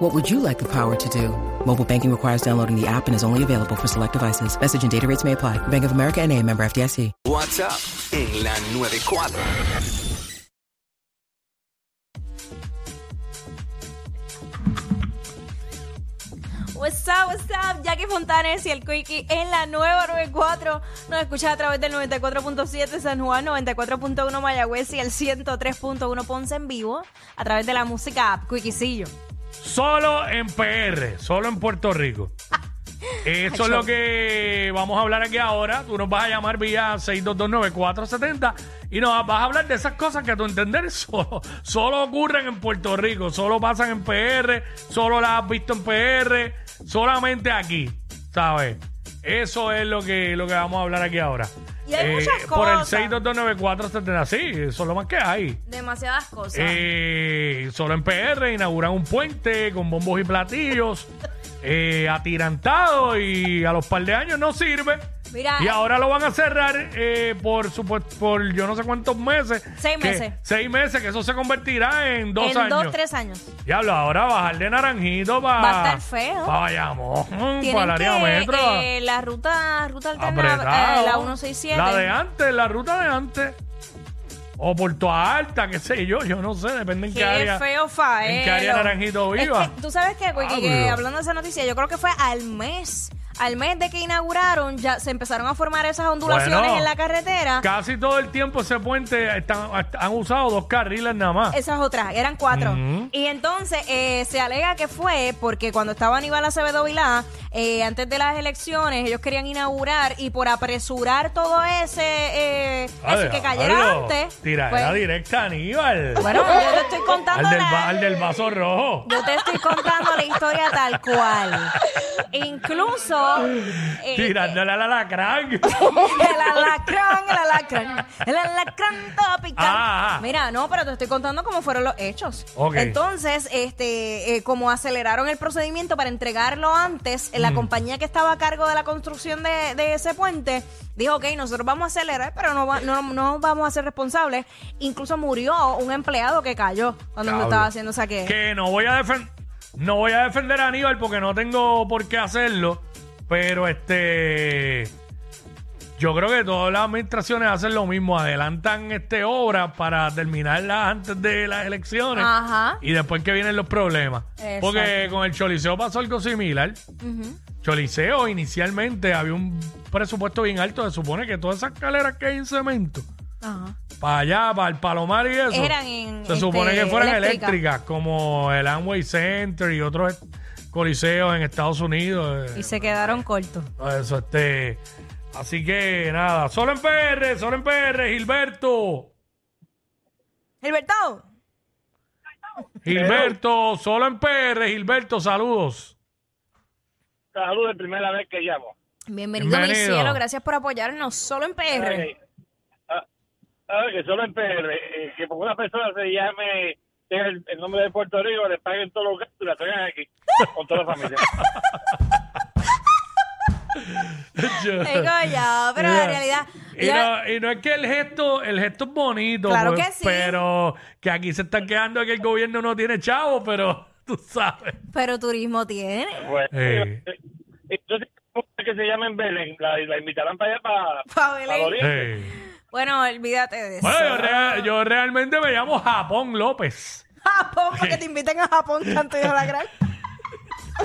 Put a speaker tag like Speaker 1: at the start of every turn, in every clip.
Speaker 1: What would you like the power to do? Mobile banking requires downloading the app and is only available for select devices. Message and data rates may apply. Bank of America and a member FDIC.
Speaker 2: WhatsApp en la 94.
Speaker 3: What's up, what's up, Jackie Fontanes y el Quickie en la nueva 94. Nos escuchas a través del 94.7 San Juan, 94.1 Mayagüez y el 103.1 Ponce en vivo a través de la música app Quickiecillo.
Speaker 4: Solo en PR, solo en Puerto Rico. Eso es lo que vamos a hablar aquí ahora. Tú nos vas a llamar vía 6229470 y nos vas a hablar de esas cosas que a tu entender solo, solo ocurren en Puerto Rico, solo pasan en PR, solo las has visto en PR, solamente aquí, ¿sabes? Eso es lo que, lo que vamos a hablar aquí ahora. Eh,
Speaker 3: Y hay muchas
Speaker 4: Por el
Speaker 3: cosas.
Speaker 4: 6229470, sí, eso es lo más que hay.
Speaker 3: Demasiadas cosas.
Speaker 4: Eh, solo en PR inauguran un puente con bombos y platillos, eh, atirantado y a los par de años no sirve.
Speaker 3: Mira,
Speaker 4: y ahora lo van a cerrar eh, por, supuesto, por yo no sé cuántos meses.
Speaker 3: Seis
Speaker 4: que-
Speaker 3: meses.
Speaker 4: Seis meses, que eso se convertirá en dos
Speaker 3: en
Speaker 4: años.
Speaker 3: dos, tres años.
Speaker 4: Diablo, ahora bajar de naranjito para.
Speaker 3: Va a estar feo.
Speaker 4: Para Bayamón, para el
Speaker 3: Tienen
Speaker 4: área metro.
Speaker 3: que eh, la ruta, ruta alterna,
Speaker 4: Apretado.
Speaker 3: eh, la 167.
Speaker 4: La de antes, la ruta de antes. O Puerto Alta, qué sé yo, yo no sé, depende en qué,
Speaker 3: Qué
Speaker 4: área.
Speaker 3: feo Faelo.
Speaker 4: en qué área Naranjito
Speaker 3: Es
Speaker 4: viva.
Speaker 3: que, Tú sabes qué, Quickie, que,
Speaker 4: Diablo.
Speaker 3: hablando de esa noticia, yo creo que fue al mes, al mes de que inauguraron, ya se empezaron a formar esas ondulaciones
Speaker 4: Bueno.
Speaker 3: en la carretera.
Speaker 4: Casi todo el tiempo ese puente están, han usado dos carriles nada más.
Speaker 3: Esas otras, eran cuatro.
Speaker 4: Ujú.
Speaker 3: Y entonces eh, se alega que fue porque cuando estaba Aníbal Acevedo Vilá, eh, antes de las elecciones, ellos querían inaugurar y por apresurar todo ese, eh,
Speaker 4: Adiós,
Speaker 3: ese que cayera
Speaker 4: adiós.
Speaker 3: antes.
Speaker 4: Tiradera
Speaker 3: pues-
Speaker 4: directa, Aníbal.
Speaker 3: bueno, yo te estoy contando
Speaker 4: al, del,
Speaker 3: la-
Speaker 4: va- al del vaso rojo.
Speaker 3: Yo te estoy contando la historia tal cual. Incluso. eh,
Speaker 4: Tirándole al alacrán.
Speaker 3: El alacrán, el alacrán, el alacrán topical.
Speaker 4: Ah, ah.
Speaker 3: Mira, no, pero te estoy contando cómo fueron los hechos.
Speaker 4: Ok.
Speaker 3: Entonces, este, eh, como aceleraron el procedimiento para entregarlo antes,
Speaker 4: Mm.
Speaker 3: la compañía que estaba a cargo de la construcción de, de ese puente dijo, ok, nosotros vamos a acelerar, pero no, va- no, no vamos a ser responsables. Incluso murió un empleado que cayó cuando
Speaker 4: Diablo.
Speaker 3: estaba haciendo saque.
Speaker 4: que no voy a defender no voy a defender a Aníbal porque no tengo por qué hacerlo pero este yo creo que todas las administraciones hacen lo mismo adelantan este obra para terminarla antes de las elecciones
Speaker 3: Ajá.
Speaker 4: y después que vienen los problemas
Speaker 3: Ah. Exacto.
Speaker 4: porque con el Choliseo pasó algo similar Choliseo inicialmente había un presupuesto bien alto se supone que todas esas escaleras que hay en cemento
Speaker 3: Ajá.
Speaker 4: para allá, para el Palomar y eso.
Speaker 3: Eran en,
Speaker 4: Se
Speaker 3: este,
Speaker 4: supone que fueran
Speaker 3: eléctrica.
Speaker 4: eléctricas, como el Amway Center y otros coliseos en Estados Unidos. eh,
Speaker 3: Y se quedaron cortos.
Speaker 4: Eso, este. Así que nada, solo en PR, solo en PR, Gilberto.
Speaker 3: Gilberto.
Speaker 4: Gilberto, solo en PR, Gilberto, saludos.
Speaker 5: Saludos, primera vez que llamo.
Speaker 3: Bienvenido,
Speaker 4: Bienvenido.
Speaker 3: mi cielo. Gracias por apoyarnos solo en PR.
Speaker 5: Eh, ah, ah, que solo en PR, eh, que por una persona se llame tenga el, el nombre de Puerto Rico, le paguen todos los gastos y la traigan aquí con toda la familia.
Speaker 3: Digo ya, pero la
Speaker 4: Mira,
Speaker 3: realidad.
Speaker 4: Y
Speaker 3: ya-
Speaker 4: no, y no es que el gesto, el gesto es bonito,
Speaker 3: Claro
Speaker 4: pues,
Speaker 3: que sí.
Speaker 4: pero que aquí se están quejando de que el gobierno no tiene chavo, pero tú sabes.
Speaker 3: Pero turismo tiene.
Speaker 5: Pues,
Speaker 4: Eh.
Speaker 5: Entonces, ¿cómo es que se llama en Belén? La, la invitarán para allá, para,
Speaker 3: Pa' Belén.
Speaker 4: Hey.
Speaker 3: Bueno, olvídate de eso.
Speaker 4: Bueno, yo, rea- yo realmente me llamo Japón López.
Speaker 3: Japón, porque te inviten a Japón, tanto y a la gran.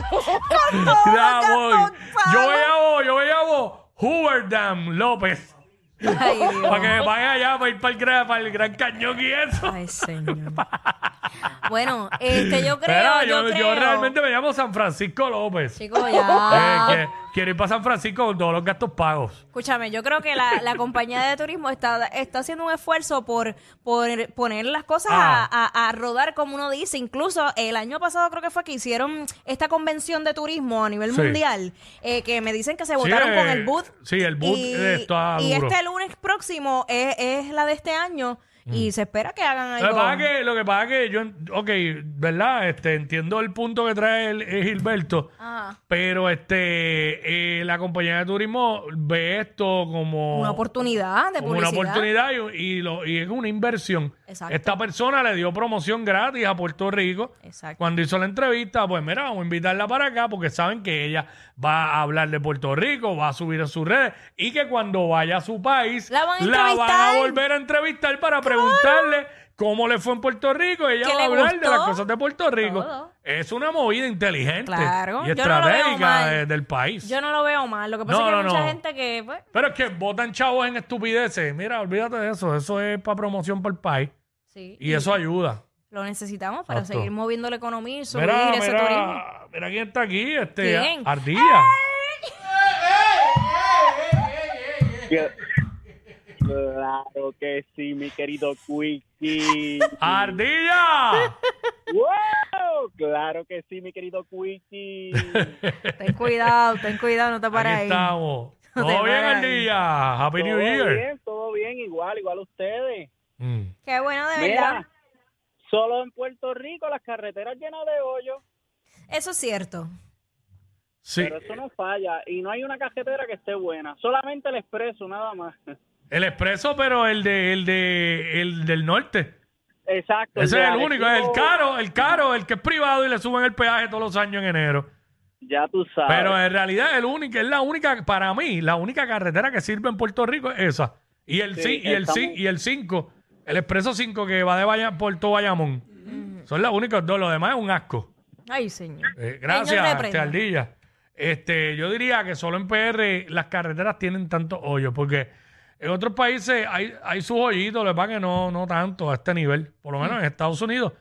Speaker 3: Con todo,
Speaker 4: Ya
Speaker 3: con
Speaker 4: voy.
Speaker 3: todo,
Speaker 4: Yo
Speaker 3: palo.
Speaker 4: voy a vos, yo voy a vos, Hooverdan López.
Speaker 3: Ay, Dios.
Speaker 4: Para que me vayan allá para ir para el, gran, para el Gran Cañón y eso.
Speaker 3: Ay, señor. Bueno, este, yo creo,
Speaker 4: Mira,
Speaker 3: yo,
Speaker 4: yo, yo
Speaker 3: creo.
Speaker 4: realmente me llamo San Francisco López.
Speaker 3: Chicos,
Speaker 4: Eh,
Speaker 3: ya.
Speaker 4: que- quiero ir para San Francisco con todos los gastos pagos.
Speaker 3: Escúchame, yo creo que la, la compañía de turismo está, está haciendo un esfuerzo por, por poner las cosas a-
Speaker 4: Ah.
Speaker 3: a, a rodar, como uno dice. Incluso el año pasado creo que fue que hicieron esta convención de turismo a nivel
Speaker 4: Sí.
Speaker 3: mundial, eh, que me dicen que se votaron
Speaker 4: eh,
Speaker 3: con el boot.
Speaker 4: sí, el booth, eh, está
Speaker 3: y
Speaker 4: duro.
Speaker 3: este lunes próximo es, es la de este año y se espera que hagan
Speaker 4: Mm. Lo que,
Speaker 3: algo.
Speaker 4: pasa es que, lo que pasa es que yo, en- ok, ¿verdad? Este, entiendo el punto que trae el, el Gilberto,
Speaker 3: Ajá.
Speaker 4: pero este, eh, la compañía de turismo ve esto como
Speaker 3: Una oportunidad de
Speaker 4: como
Speaker 3: publicidad.
Speaker 4: una oportunidad y, y lo- y es una inversión.
Speaker 3: Exacto.
Speaker 4: Esta persona le dio promoción gratis a Puerto Rico.
Speaker 3: Exacto.
Speaker 4: Cuando hizo la entrevista, pues mira, vamos a invitarla para acá porque saben que ella va a hablar de Puerto Rico, va a subir en sus redes y que cuando vaya a su país
Speaker 3: La van a
Speaker 4: van
Speaker 3: entrevistar.
Speaker 4: a volver a entrevistar para preguntarle cómo le fue en Puerto Rico. Ella
Speaker 3: ¿Qué
Speaker 4: va a
Speaker 3: le
Speaker 4: hablar
Speaker 3: gustó?
Speaker 4: de las cosas de Puerto Rico.
Speaker 3: Todo.
Speaker 4: Es una movida inteligente
Speaker 3: Claro.
Speaker 4: y
Speaker 3: Yo no lo veo
Speaker 4: estratégica
Speaker 3: mal.
Speaker 4: de- del país.
Speaker 3: Yo no lo veo mal. Lo que pasa
Speaker 4: No,
Speaker 3: es que hay
Speaker 4: no,
Speaker 3: mucha
Speaker 4: no.
Speaker 3: gente que. pues,
Speaker 4: Pero es que votan chavos en estupideces. Mira, olvídate de eso. Eso es para promoción para el país.
Speaker 3: sí.
Speaker 4: Y eso ayuda.
Speaker 3: Lo necesitamos para
Speaker 4: Exacto.
Speaker 3: seguir moviendo la economía y subir
Speaker 4: Mira,
Speaker 3: ese turismo.
Speaker 4: mira, mira quién está aquí. Este,
Speaker 3: ¿Quién?
Speaker 4: Ardilla.
Speaker 6: Claro que sí, mi querido Quickie.
Speaker 4: ¡Ardilla!
Speaker 6: ¡Wow! Claro que sí, mi querido Quickie.
Speaker 3: Ten cuidado, ten cuidado, no te
Speaker 4: Aquí
Speaker 3: pares ahí.
Speaker 4: estamos.
Speaker 3: No te
Speaker 4: Todo bien,
Speaker 3: paras ahí.
Speaker 4: Ardilla. Happy
Speaker 6: todo
Speaker 4: New Year.
Speaker 6: bien, todo bien, igual, igual a ustedes.
Speaker 4: Mm.
Speaker 3: Qué bueno, de verdad.
Speaker 6: Mira, solo en Puerto Rico las carreteras llenas de hoyos,
Speaker 3: Eso es cierto.
Speaker 4: Sí.
Speaker 6: pero eso no falla y no hay una carretera que esté buena, solamente el expreso, nada más.
Speaker 4: El expreso, pero el de, el de, el del norte.
Speaker 6: Exacto.
Speaker 4: Ese
Speaker 6: de
Speaker 4: es el único, es el
Speaker 6: Arecibo,
Speaker 4: caro, el caro, el que es privado y le suben el peaje todos los años en enero.
Speaker 6: Ya tú sabes.
Speaker 4: Pero eh, en realidad el único, es la única, para mí, la única carretera que sirve en Puerto Rico es esa. Y el, ci-
Speaker 6: Sí,
Speaker 4: y el, ci-
Speaker 6: estamos-
Speaker 4: y el 5, el expreso 5 que va de Vaya, Puerto Bayamón. Son los únicos dos, lo demás es un asco.
Speaker 3: Ay, señor.
Speaker 4: Eh,
Speaker 3: Señor,
Speaker 4: gracias,
Speaker 3: reprenda.
Speaker 4: este, Ardilla. Este, yo diría que solo en PR las carreteras tienen tantos hoyos, porque en otros países hay, hay sus hoyitos, lo que pasa que no, no tanto a este nivel. Por lo menos en Estados Unidos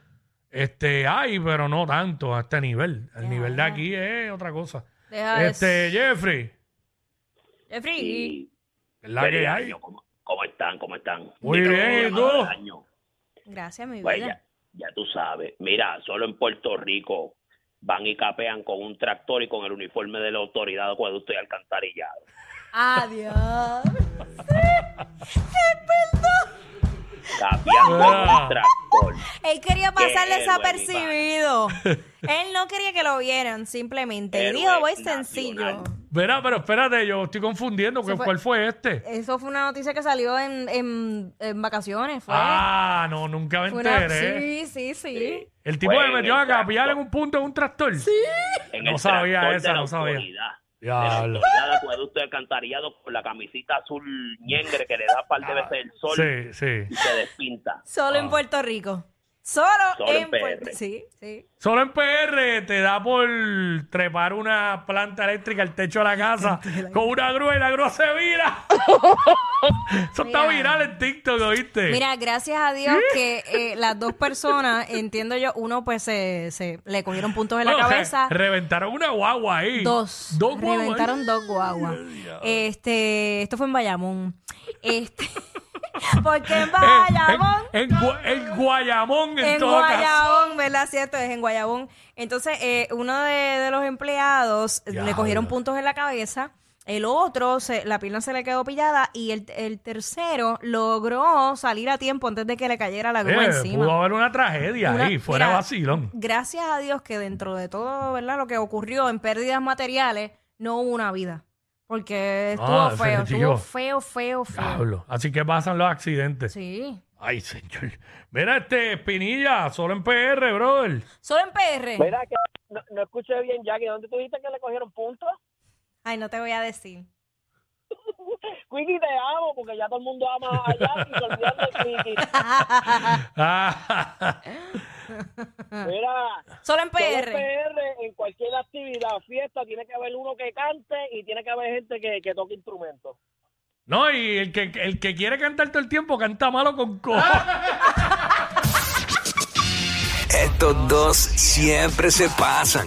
Speaker 4: este, hay, pero no tanto a este nivel. El nivel de aquí es otra cosa.
Speaker 3: Deja
Speaker 4: Este, Jeffrey,
Speaker 3: eso. Jeffrey,
Speaker 7: Sí.
Speaker 4: es la que
Speaker 7: Feliz
Speaker 4: hay.
Speaker 7: año, ¿Cómo, cómo están? ¿Cómo están?
Speaker 4: Muy
Speaker 7: Mira,
Speaker 4: bien, ¿y
Speaker 7: llamada
Speaker 4: tú?
Speaker 7: del año.
Speaker 3: gracias, mi vida.
Speaker 7: Pues ya, ya tú sabes. Mira, solo en Puerto Rico van y capean con un tractor y con el uniforme de la autoridad de acueducto y alcantarillado.
Speaker 3: Adiós.
Speaker 7: Capeando con
Speaker 4: Ah.
Speaker 7: un tractor.
Speaker 3: Él quería pasarle
Speaker 7: Qué
Speaker 3: desapercibido. Él no quería que lo vieran, simplemente. Y
Speaker 7: Héroe
Speaker 3: dijo, voy sencillo.
Speaker 7: nacional.
Speaker 4: Verá, pero espérate, yo estoy confundiendo. ¿cu-
Speaker 3: Se fue- Eh,
Speaker 4: ¿Cuál fue este?
Speaker 3: Eso fue una noticia que salió en, en, en vacaciones. Fue,
Speaker 4: Ah, no, nunca me
Speaker 3: fue una-
Speaker 4: enteré.
Speaker 3: sí, sí, sí,
Speaker 4: El tipo
Speaker 7: Fue
Speaker 4: le
Speaker 7: en
Speaker 4: metió
Speaker 7: el
Speaker 4: a capiar
Speaker 7: tractor.
Speaker 4: en un punto en un tractor. Sí.
Speaker 7: En
Speaker 4: No
Speaker 7: el
Speaker 4: sabía
Speaker 7: tractor
Speaker 4: esa,
Speaker 7: de la
Speaker 4: no sabía.
Speaker 7: autoridad. De la
Speaker 4: Diablo.
Speaker 7: autoridad de acueducto y alcantarillado con la camisita azul ñengre que le da par de veces el sol
Speaker 4: Sí, sí.
Speaker 7: y se despinta.
Speaker 3: Solo
Speaker 4: Ah.
Speaker 3: en Puerto Rico. Solo,
Speaker 7: Solo en
Speaker 3: en Puerto
Speaker 7: PR.
Speaker 3: Sí, sí.
Speaker 4: Solo en PR te da por trepar una planta eléctrica al techo de la casa con una grúa y la grúa se vira. Eso está
Speaker 3: Mira.
Speaker 4: viral en TikTok, ¿oíste?
Speaker 3: Mira, gracias a Dios que eh, las dos personas, entiendo yo, uno pues se, se le cogieron puntos en la
Speaker 4: Bueno, o sea,
Speaker 3: cabeza.
Speaker 4: reventaron una guagua ahí.
Speaker 3: Dos.
Speaker 4: Dos guaguas.
Speaker 3: Reventaron dos guaguas. Este, esto fue en Bayamón. Este, porque en
Speaker 4: Eh,
Speaker 3: Bayamón,
Speaker 4: En, en Gua- en Guayamón, en,
Speaker 3: en
Speaker 4: todo caso.
Speaker 3: Guayabón, ¿verdad? Cierto, es en Guayabón. Entonces, eh, uno de, de los empleados eh, le
Speaker 4: Diablo.
Speaker 3: cogieron puntos en la cabeza. El otro, se- la pierna se le quedó pillada y el, el tercero logró salir a tiempo antes de que le cayera la grúa
Speaker 4: Eh,
Speaker 3: encima.
Speaker 4: pudo haber una tragedia
Speaker 3: Una-
Speaker 4: ahí, fuera
Speaker 3: mira,
Speaker 4: vacilón.
Speaker 3: Gracias a Dios que dentro de todo, ¿verdad? Lo que ocurrió en pérdidas materiales, no hubo una vida. Porque estuvo
Speaker 4: Ah,
Speaker 3: feo, estuvo
Speaker 4: definitivo.
Speaker 3: feo, feo, feo.
Speaker 4: Diablo. Así que pasan los accidentes.
Speaker 3: Sí.
Speaker 4: Ay, señor. Mira este, Espinilla, solo en PR, brother.
Speaker 3: Solo en PR.
Speaker 6: Mira que no, no escuché bien, Jackie, ¿dónde tú dijiste que le cogieron puntos?
Speaker 3: Ay, no te voy a decir.
Speaker 6: Quickie, te amo, porque ya todo el mundo ama a Jackie, se olvidaron de Quickie.
Speaker 4: Ah,
Speaker 6: Mira,
Speaker 3: Solo en
Speaker 6: todo
Speaker 3: PR.
Speaker 6: PR, en cualquier actividad, fiesta, tiene que haber uno que cante y tiene que haber gente que, que toque instrumentos.
Speaker 4: no, y el que, el que quiere cantar todo el tiempo canta malo con cojo.
Speaker 2: Estos dos siempre se pasan.